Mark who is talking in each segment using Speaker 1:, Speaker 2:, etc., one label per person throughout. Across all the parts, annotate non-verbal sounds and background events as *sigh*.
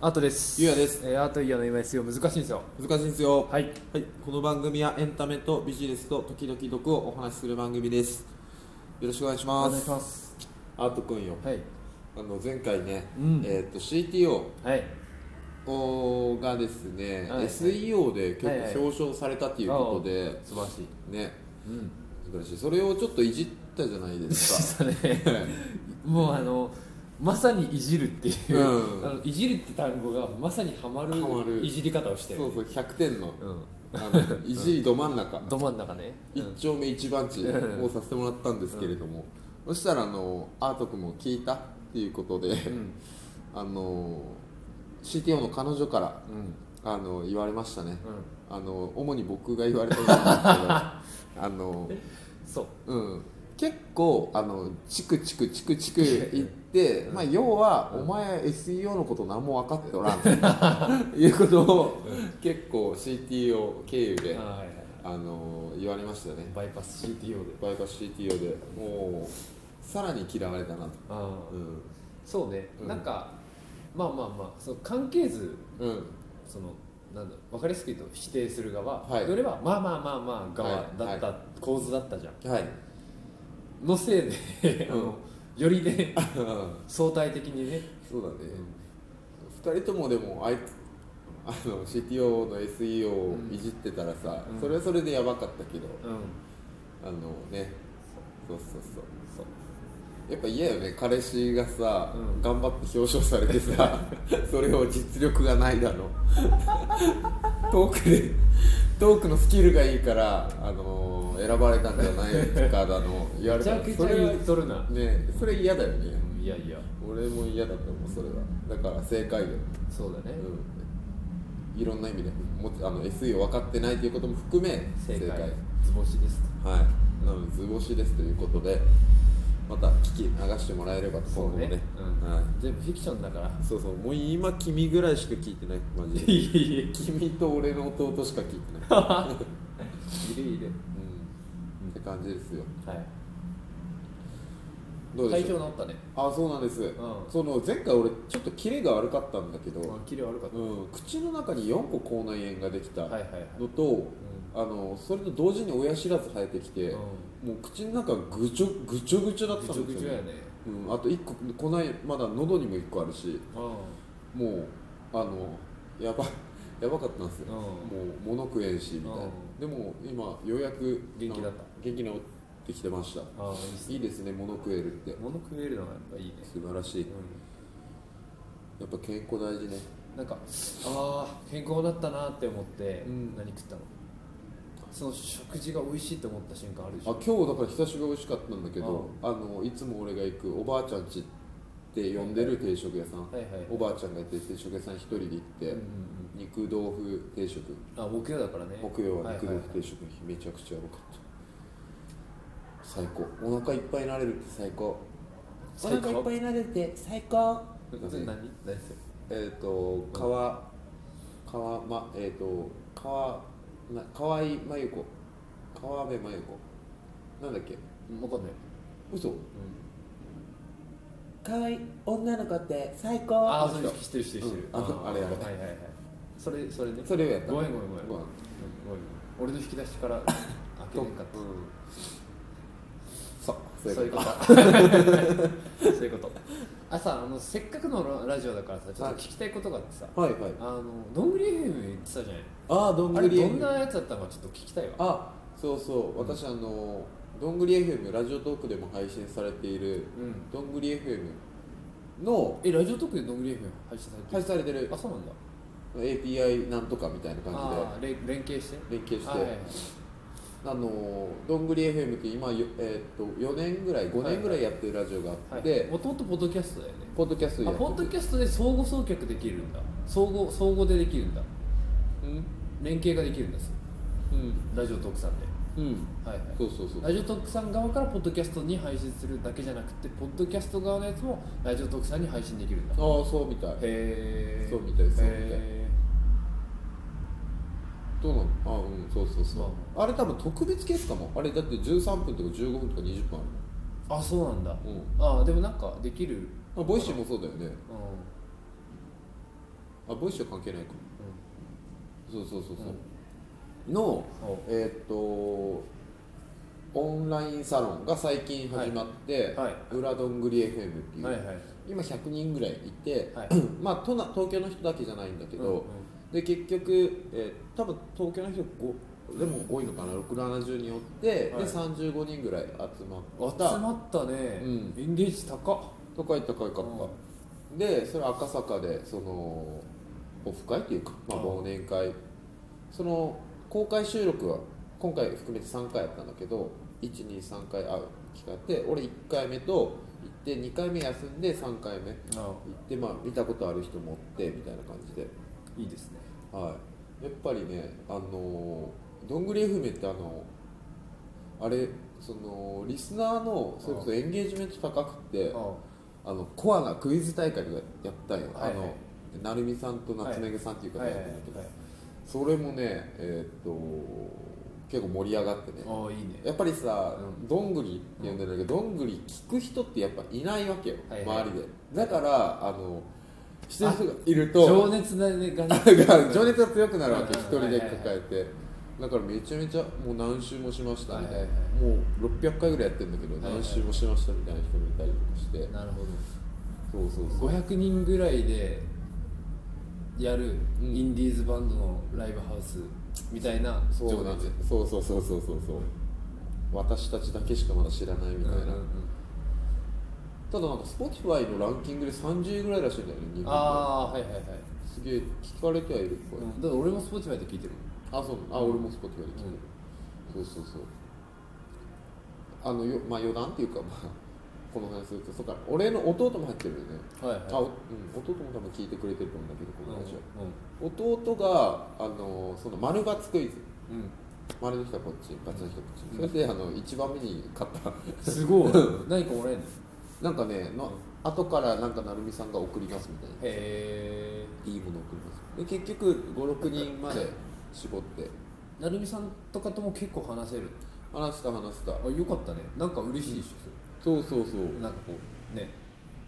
Speaker 1: アートです。
Speaker 2: ゆうやです
Speaker 1: えーアートゆうやの今 SEO 難しいんですよ。
Speaker 2: 難しいんですよ
Speaker 1: はい。
Speaker 2: はい、この番組はエンタメとビジネスと時々毒をお話しする番組ですよろしくお願いし
Speaker 1: お
Speaker 2: ます
Speaker 1: 願いします。
Speaker 2: アートくんよ
Speaker 1: はい。
Speaker 2: あの前回ね、
Speaker 1: うん
Speaker 2: えっと CTO
Speaker 1: はい。
Speaker 2: おがですね、
Speaker 1: はい
Speaker 2: SEO で結
Speaker 1: はいはい
Speaker 2: 構表彰されたっていうことで、
Speaker 1: 素晴らしい。
Speaker 2: ね
Speaker 1: うん。
Speaker 2: 素晴らしいそれをちょっといじったじ
Speaker 1: *laughs*
Speaker 2: ゃないです
Speaker 1: 実はね、
Speaker 2: かはい
Speaker 1: もうあの、まさにいじるっていう、
Speaker 2: うん
Speaker 1: あのいじるって単語がまさにはま
Speaker 2: はま
Speaker 1: る
Speaker 2: る
Speaker 1: いじり方をして
Speaker 2: そうそう100点の
Speaker 1: う
Speaker 2: あのいじりど真ん中
Speaker 1: *laughs* ん。ど真ん中ね。う
Speaker 2: 一
Speaker 1: ん
Speaker 2: 丁目一番地
Speaker 1: うん
Speaker 2: をさせてもらったんですけれども、そしたらあのアート君も聞いたっていうことで、
Speaker 1: ん
Speaker 2: あの CTO の彼女から
Speaker 1: うん。
Speaker 2: あの言われましたね、
Speaker 1: うん。
Speaker 2: あの主に僕が言われたんですけどあ *laughs* の、
Speaker 1: そう。
Speaker 2: うん、結構あのチクチクチクチク言って、まあ、要は、お前 SEO のこと何も分かっておらん」ということを結構 CTO 経由
Speaker 1: は
Speaker 2: で、
Speaker 1: いはいはい。
Speaker 2: あの言われましたね。
Speaker 1: バイパス CTO で。
Speaker 2: バイパス CTO でもうさらに嫌われたなと、
Speaker 1: ああ、
Speaker 2: うん
Speaker 1: そうね、
Speaker 2: うん
Speaker 1: なんか、まあまあまあ、その関係図
Speaker 2: うん、
Speaker 1: そのなんだろう分かりやすく言うと否定する側、
Speaker 2: はい
Speaker 1: よりはまあまあまあまあ側
Speaker 2: はい
Speaker 1: だった、構図だったじゃん
Speaker 2: *laughs* はい
Speaker 1: のせいで、
Speaker 2: うん
Speaker 1: あのよりね
Speaker 2: そ
Speaker 1: 相対的にね、
Speaker 2: うだね、2人ともでもあい *laughs* あの CTO の SEO をいじってたらさ、
Speaker 1: うん
Speaker 2: それはそれでやばかったけど
Speaker 1: うん
Speaker 2: あのねそうそうそう
Speaker 1: そう
Speaker 2: やっぱ嫌よね彼氏がさ、
Speaker 1: うん
Speaker 2: 頑張って表彰され
Speaker 1: *laughs*
Speaker 2: てさそれを実力がないだの *laughs* トークでトークのスキルがいいから、あのー選ばれたんじゃないかだの言
Speaker 1: め
Speaker 2: われ
Speaker 1: ち
Speaker 2: た
Speaker 1: ゃ
Speaker 2: の
Speaker 1: くち
Speaker 2: そ
Speaker 1: ゃ
Speaker 2: れは
Speaker 1: 言っとるな、
Speaker 2: ねそれ嫌だよね
Speaker 1: うんいやいや
Speaker 2: 俺も嫌だと思うそれはだから正解よ、
Speaker 1: そうだね、
Speaker 2: うん、いろんな意味でもあの SE を分かってないということも含め
Speaker 1: 正解図星です
Speaker 2: はい、なので図星ですということで、また聞き流してもらえればと
Speaker 1: そう
Speaker 2: 思う
Speaker 1: ね
Speaker 2: ので、
Speaker 1: うん
Speaker 2: はい、
Speaker 1: 全部フィクションだから
Speaker 2: そうそう、もう今、君ぐらいしか聞いてない、マジ
Speaker 1: い *laughs*
Speaker 2: で。
Speaker 1: いいい
Speaker 2: 君と俺の弟しか聞い
Speaker 1: *laughs*
Speaker 2: てない。
Speaker 1: るいる
Speaker 2: うん、って感じですよ。
Speaker 1: はい
Speaker 2: どうで
Speaker 1: 体
Speaker 2: しょ
Speaker 1: 調
Speaker 2: う
Speaker 1: 治ったね
Speaker 2: あ、そうなんです。
Speaker 1: ん
Speaker 2: その前回、俺、ちょっとキレが悪かったんだけど、
Speaker 1: あキレ悪かった、
Speaker 2: うん、口の中に4個口内炎ができた
Speaker 1: はいはいはい
Speaker 2: のと、あのそれと同時に親知らず生えてきて、もう口の中ぐちょぐちょぐちょだ
Speaker 1: う
Speaker 2: っ
Speaker 1: んぐ
Speaker 2: た
Speaker 1: ちょ
Speaker 2: ん
Speaker 1: ぐ
Speaker 2: です
Speaker 1: ちょ
Speaker 2: よ、
Speaker 1: や
Speaker 2: ね
Speaker 1: ね
Speaker 2: うん、あと1個こないまだ喉にも1個あるし
Speaker 1: う
Speaker 2: もうあのやば *laughs* やばかったんですよ、
Speaker 1: んうん
Speaker 2: もう物食えんしみたいな、
Speaker 1: うん
Speaker 2: でも今ようやく
Speaker 1: 元気だった
Speaker 2: な元気に治ってきてました
Speaker 1: ああいいっすね
Speaker 2: いいですね物食えるって
Speaker 1: 物食えるのがやっぱいいね、
Speaker 2: 素晴らしいやっぱ健康大事ね
Speaker 1: うん、なんかああ健康だったなって思って、
Speaker 2: うん
Speaker 1: 何食ったのその食事が美味しいと思った瞬間あるでし
Speaker 2: あ
Speaker 1: ょ
Speaker 2: 今日だから久しぶり美味しかったんだけどあのいつも俺が行くおばあちゃん家って呼んでる定食屋さん、
Speaker 1: はいはい
Speaker 2: おばあちゃんがやってる定食屋さん一人で行って、
Speaker 1: うんうんうん
Speaker 2: 肉豆腐定食
Speaker 1: あ木曜だからね
Speaker 2: 木曜は肉
Speaker 1: はいはいは
Speaker 2: 豆腐
Speaker 1: い
Speaker 2: 定食の日めちゃくちゃやばかった最高お腹いっぱいになれるって最高
Speaker 1: 最高
Speaker 2: いになれるって最高
Speaker 1: それ何何それ
Speaker 2: えっ、と川川まえっ、と川な川井真由子川辺真由子なんだっけ
Speaker 1: 分かんない、
Speaker 2: 嘘
Speaker 1: うん、
Speaker 2: 可愛い女の子って最高
Speaker 1: ああそれ知ってる知ってる知ってる、
Speaker 2: うんああれあれ
Speaker 1: はいはいはいそれそれね
Speaker 2: それをやった
Speaker 1: ごめんごめんごめん
Speaker 2: ご
Speaker 1: ごめんごめん俺の引き出しから開け
Speaker 2: とう
Speaker 1: れ
Speaker 2: ん
Speaker 1: んかった
Speaker 2: そう
Speaker 1: そういうこと *laughs* そういうことあさあのせっかくのラジオだからさちょっと聞きたいことがあってさ
Speaker 2: はいはい
Speaker 1: あのどんぐり FM 言ってたじゃない
Speaker 2: ああどん
Speaker 1: あれ
Speaker 2: ぐり
Speaker 1: どんなやつだったのかちょっと聞きたいわ
Speaker 2: あそうそう私あのどんぐり FM ラジオトークでも配信されている
Speaker 1: うん
Speaker 2: どんぐり FM の
Speaker 1: えラジオトークでどんぐり FM 配信されて
Speaker 2: 配
Speaker 1: る、
Speaker 2: 信されてる
Speaker 1: あそうなんだ
Speaker 2: API なんとかみたいな感
Speaker 1: あーれ連携して
Speaker 2: じで連携し
Speaker 1: はいはいは
Speaker 2: て
Speaker 1: い
Speaker 2: あのどんぐり FM って今よえーっと4年ぐらい5年ぐらいやってるラジオがあ
Speaker 1: はい
Speaker 2: って
Speaker 1: もともとポッドキャストだよね
Speaker 2: ポッドキャストや
Speaker 1: あ
Speaker 2: って
Speaker 1: ポッドキ
Speaker 2: ャ
Speaker 1: ャストで相互送客できるんだ相互相互でできるんだ
Speaker 2: うん
Speaker 1: 連携ができるんです
Speaker 2: うん
Speaker 1: ラジオトークさんで
Speaker 2: うん
Speaker 1: はいはい
Speaker 2: そうそうそう
Speaker 1: ラジオトークさん側からポッドキャストに配信するだけじゃなくてポッドキャスト側のやつもラジオトークさんに配信できるんだへ
Speaker 2: ああそうみたい
Speaker 1: え
Speaker 2: そうみたいそうみたい
Speaker 1: へ
Speaker 2: どうなのあうんそうそうそう、
Speaker 1: まあ
Speaker 2: あれ多分特別ケースかもあれだって13分とか15分とか20分あ
Speaker 1: ーあそうなんだ
Speaker 2: るもん、うん
Speaker 1: あーでもなんかできる
Speaker 2: まあ、ボイシーもそうだよね
Speaker 1: うん
Speaker 2: あボイスは関係ないかそうそうそうそうの
Speaker 1: お
Speaker 2: えーっとオンラインサロンが最近始まって
Speaker 1: はいは
Speaker 2: 「裏どんぐり FM」っていう
Speaker 1: はいはい
Speaker 2: 今100人ぐらいいて、
Speaker 1: はい
Speaker 2: まあ都内東京の人だけじゃないんだけど、
Speaker 1: うんうん
Speaker 2: で結局、えー多分東京の人5でも多いのかな670人おって、
Speaker 1: はい
Speaker 2: で35人ぐらい集まった
Speaker 1: 集まったね、
Speaker 2: うん
Speaker 1: エンゲージ高
Speaker 2: 高い高い高い、でそれ赤坂でそのオフ会っていうか、まあ、
Speaker 1: うん
Speaker 2: 忘年会その公開収録は今回含めて3回やったんだけど123回会う機会あって俺1回目と行って2回目休んで3回目
Speaker 1: っあ
Speaker 2: 行ってまあ見たことある人もおってみたいな感じで、
Speaker 1: いいですね
Speaker 2: はい、やっぱりねあのーどんぐり FM ってあのあれそのリスナーのそれこそエンゲージメント高くて
Speaker 1: あ
Speaker 2: あのコアなクイズ大会とかやったんよ、
Speaker 1: はいはい
Speaker 2: あの成美さんと夏目さんっていう方
Speaker 1: は
Speaker 2: や
Speaker 1: い
Speaker 2: っ
Speaker 1: はい
Speaker 2: た
Speaker 1: はい
Speaker 2: んだけどそれもねえーっと結構盛り上がってね
Speaker 1: ああいいね
Speaker 2: やっぱりさ、
Speaker 1: う
Speaker 2: どんぐりって呼んでるんだけど、どんぐり聞く人ってやっぱいないわけよ、
Speaker 1: はいはい
Speaker 2: 周りでだからあのしてる人がいると
Speaker 1: 情熱だねがね
Speaker 2: *laughs* が情熱が強くなるわけ
Speaker 1: うん
Speaker 2: 一人で抱えてだからめちゃめちゃもう何周もしましたみたいな
Speaker 1: はい
Speaker 2: もう600回ぐらいやってるんだけど
Speaker 1: はいはい
Speaker 2: 何周もしましたみたいな人もいたりとかして
Speaker 1: なるほ
Speaker 2: そうそうそ
Speaker 1: ど
Speaker 2: う
Speaker 1: 500人ぐらいでやる
Speaker 2: うん
Speaker 1: インディーズバンドのライブハウスみたいな情熱
Speaker 2: そうなんですそうそうそうそうそうそう私たちだけしかまだ知らないみたいな、
Speaker 1: うんうんうん
Speaker 2: ただなんか Spotify のランキングで30位ぐらいらしいんだよね日本は
Speaker 1: ああーはいはいはい、
Speaker 2: すげえ聞かれてはいるっぽい、
Speaker 1: うん、だから俺も Spotify で聞いてるもん
Speaker 2: あそうあ俺も Spotify で聞いてる、そうそうそうあのよまあ余談っていうかまあ *laughs* この話するとそうか俺の弟も入ってるよね、
Speaker 1: はいはい
Speaker 2: あおうん、弟も多分聞いてくれてると思うんだけどこの話は、
Speaker 1: う
Speaker 2: 弟があのその丸バツクイズ
Speaker 1: ん、うん
Speaker 2: 丸の人はこっちバツの人はこっち、
Speaker 1: うん
Speaker 2: それであの一番目に勝った
Speaker 1: すごい何かもらえるのへ
Speaker 2: *laughs* なんかねの後からなんか成美さんが送りますみたいな
Speaker 1: え
Speaker 2: いいもの送りますで結局56人まで絞って
Speaker 1: なるみさんとかとも結構話せる
Speaker 2: 話した話した
Speaker 1: あよかったねなんか嬉しいでしょ
Speaker 2: そうそうそ
Speaker 1: それ
Speaker 2: う
Speaker 1: なんかこうね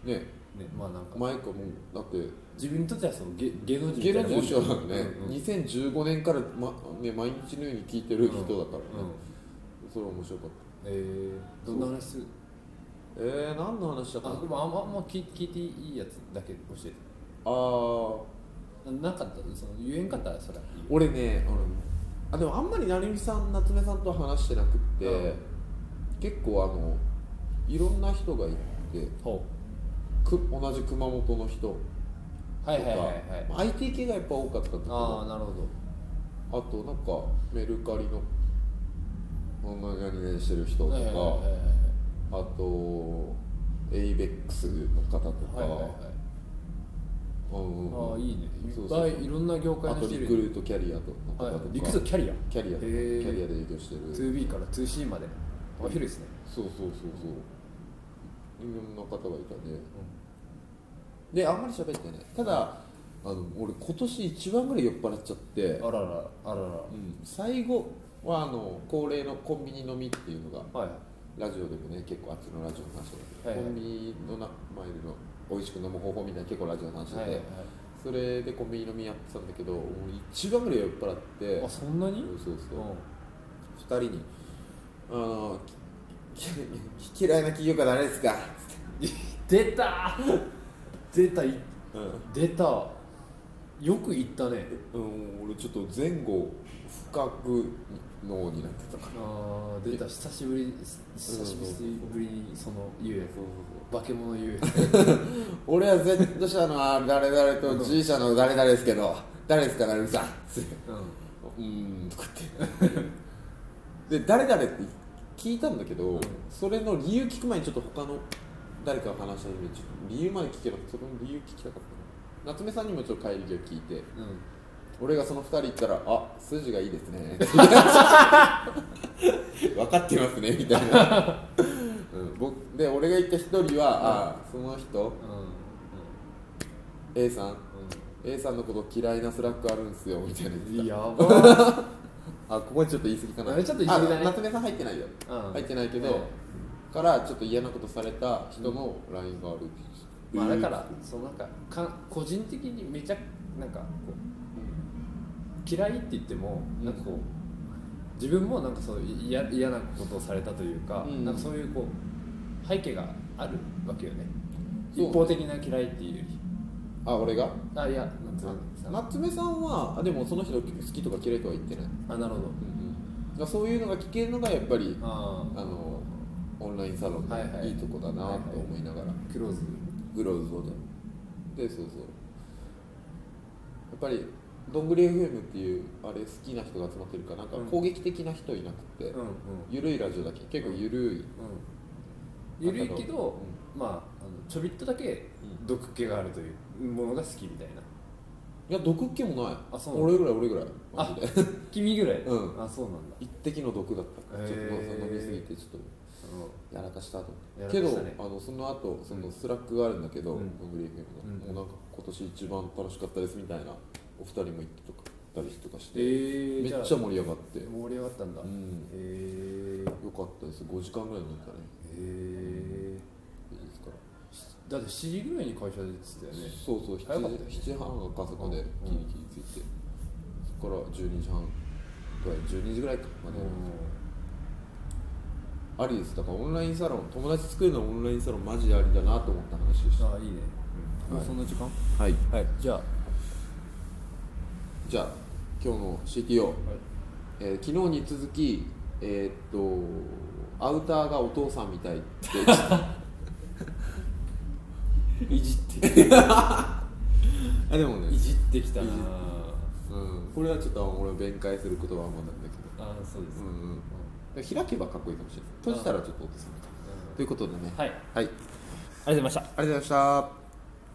Speaker 2: ね
Speaker 1: ねまあなんか
Speaker 2: 前かもうだって
Speaker 1: 自分にとってはその芸芸能人
Speaker 2: 芸能人の人だから
Speaker 1: もん
Speaker 2: ね、
Speaker 1: うんうん
Speaker 2: 2015年から、まね、毎日のように聞いてる人だからね、
Speaker 1: うんうん
Speaker 2: それは面白かっ
Speaker 1: えー、どんな話する
Speaker 2: たえー、何の話だった
Speaker 1: あ
Speaker 2: の
Speaker 1: でもあんまあんま聞い聞いていいやつだけ教えて
Speaker 2: あー
Speaker 1: ななんかったその言えんかったらそれは言う
Speaker 2: 俺ねあのあでもあんまり成美さん夏目さんとは話してなくって、
Speaker 1: うん
Speaker 2: 結構あのいろんな人がいて
Speaker 1: ほ
Speaker 2: く同じ熊本の人と
Speaker 1: う
Speaker 2: か、
Speaker 1: はいはいはいはい
Speaker 2: まあ IT 系がやっぱ多かったんだけ
Speaker 1: ああ
Speaker 2: ど
Speaker 1: なるほど
Speaker 2: あとなんかメルカリのこんな何々してる人とか、
Speaker 1: はいはいはいはい
Speaker 2: あとエイベックスの方とか、
Speaker 1: はいはいはい
Speaker 2: うんうん
Speaker 1: ああいいねい
Speaker 2: そう
Speaker 1: っ
Speaker 2: そう
Speaker 1: ぱいいろんな業界
Speaker 2: あ
Speaker 1: の
Speaker 2: と
Speaker 1: 人い
Speaker 2: リ
Speaker 1: る
Speaker 2: クルートキャリアとか
Speaker 1: はい
Speaker 2: と
Speaker 1: は
Speaker 2: か
Speaker 1: いリクルートキャリア
Speaker 2: キャリア
Speaker 1: へ
Speaker 2: キ
Speaker 1: ー
Speaker 2: ャリアで営業してる
Speaker 1: 2B から 2C まで幅広いですね、
Speaker 2: そうそうそうそういろんな方がいたねであんまり喋ってないただあの俺今年一番ぐらい酔っ払っちゃって、
Speaker 1: あららあらら
Speaker 2: うん、最後はあの恒例のコンビニ飲みっていうのが
Speaker 1: はい
Speaker 2: ラジオでもね結構あっちのラジオの話だけど、
Speaker 1: はいはい
Speaker 2: コンビニのな前での美味しく飲む方法みたいな結構ラジオの話で、
Speaker 1: はいはい
Speaker 2: それでコンビニ飲みやってたんだけど俺一番ぐらい酔っ払って
Speaker 1: あそんな
Speaker 2: そう
Speaker 1: に
Speaker 2: そう
Speaker 1: う
Speaker 2: そ
Speaker 1: ん
Speaker 2: う2人に「あのきき嫌いな企業家誰ですか?」
Speaker 1: 出た出たい
Speaker 2: うん
Speaker 1: 出たよく言ったね
Speaker 2: うん、俺ちょっと前後深く脳になってたから
Speaker 1: あー出た久しぶり久しぶりにその言うやつ化け物言うやつ
Speaker 2: 俺は Z 社のあ誰々と G 社の誰々ですけど誰ですか誰々さんつって
Speaker 1: う
Speaker 2: うーんとかってで誰々って聞いたんだけど、
Speaker 1: うん
Speaker 2: それの理由聞く前にちょっと他の誰かを話し始めちょっと理由まで聞けなくてその理由聞きたかったな夏目さんにもちょっと帰り際聞いて
Speaker 1: んうん
Speaker 2: 俺がその2人行ったら「あ筋がいいです
Speaker 1: *laughs*
Speaker 2: ね」分かってますね」みたいな、うん、僕で俺が行った1人は「あその人
Speaker 1: うん
Speaker 2: A さん A さんのこと嫌いなスラックあるんすよ」みたいな言って
Speaker 1: う
Speaker 2: た
Speaker 1: んやば
Speaker 2: あここちょっと言い過ぎかな
Speaker 1: あれちょっと言い過ぎだね
Speaker 2: あ夏目さん入ってないよ、
Speaker 1: うん
Speaker 2: 入ってないけど、
Speaker 1: はい
Speaker 2: からちょっと嫌なことされた人の LINE があるって言ってた
Speaker 1: まあだからそのなんかか個人的にめちゃなんかこう嫌いって言ってもなんかこう自分もなんかそう嫌嫌なことをされたというか、
Speaker 2: うん
Speaker 1: なんかそういうこう背景があるわけよね
Speaker 2: そう
Speaker 1: 一方的な嫌いっていうより
Speaker 2: あ俺が
Speaker 1: あいやなんつうのさ
Speaker 2: 夏目さんはあでもその人の好きとか嫌いとは言ってない、
Speaker 1: あなるほど
Speaker 2: うん、そういうのが聞けるのがやっぱり
Speaker 1: あ
Speaker 2: あ
Speaker 1: あ
Speaker 2: のオンラインサロンの
Speaker 1: はいはい
Speaker 2: いいとこだなと思いながら、
Speaker 1: クローズ
Speaker 2: グローズをねでそうそうやっぱりどんぐり FM っていうあれ好きな人が集まってるからなんか
Speaker 1: うん
Speaker 2: 攻撃的な人いなくて、
Speaker 1: うんうんうん
Speaker 2: ゆるいラジオだけ結構ゆるい、
Speaker 1: ゆるいけど、
Speaker 2: う
Speaker 1: まああのちょびっとだけ
Speaker 2: うん
Speaker 1: 毒気があるというものが好きみたいな、
Speaker 2: いや毒っ気もない
Speaker 1: あそうなの
Speaker 2: 俺ぐらい俺ぐらいマジで
Speaker 1: 君ぐらい、
Speaker 2: うん
Speaker 1: あそうなんだ
Speaker 2: 一滴の毒だったからちょっと
Speaker 1: へー
Speaker 2: 飲みすぎてちょっと
Speaker 1: あの
Speaker 2: やらかしたと思
Speaker 1: や
Speaker 2: っ
Speaker 1: ら
Speaker 2: て、
Speaker 1: かし
Speaker 2: け
Speaker 1: た
Speaker 2: ど
Speaker 1: ね
Speaker 2: あのその後その
Speaker 1: うん
Speaker 2: スラックがあるんだけど、
Speaker 1: うん
Speaker 2: どんぐり FM
Speaker 1: う
Speaker 2: の、
Speaker 1: ん
Speaker 2: もうなんか今年一番楽しかったですみたいなお二人も行ってとか行ったりとかして、
Speaker 1: えー、
Speaker 2: めっ
Speaker 1: じゃあ
Speaker 2: ちゃ盛り上がって、
Speaker 1: 盛り上がったんだ、
Speaker 2: うん
Speaker 1: へえー、
Speaker 2: よかったです5時間ぐらい飲んだね
Speaker 1: え
Speaker 2: いいですから、
Speaker 1: ー、だって7時ぐらいに会社出てたよね
Speaker 2: そうそう
Speaker 1: 早かったよね
Speaker 2: 7時半があそこで
Speaker 1: うん
Speaker 2: キリキリついて、そこから12時半ぐらい12時ぐらいかまで、ありですだからオンラインサロン友達作るのオンラインサロンマジでありだなと思った話でした
Speaker 1: ああいいね、
Speaker 2: うん
Speaker 1: もうそんな時間
Speaker 2: はい
Speaker 1: はいじゃあ
Speaker 2: じゃあ今日の CTO、えー昨日に続きえーっとアウターがお父さんみたいって言って
Speaker 1: いじって
Speaker 2: あでもね
Speaker 1: *laughs* いじってきた
Speaker 2: い
Speaker 1: な
Speaker 2: じっうん、これはちょっと俺は弁解する言葉はあんまなんだけど
Speaker 1: ああそうです、
Speaker 2: う
Speaker 1: うん
Speaker 2: んうんだから開けばかっこいいかもしれない閉じたらちょっとお父さんみたいということでね
Speaker 1: はいありが
Speaker 2: はい、あり
Speaker 1: とうございました
Speaker 2: がとうございました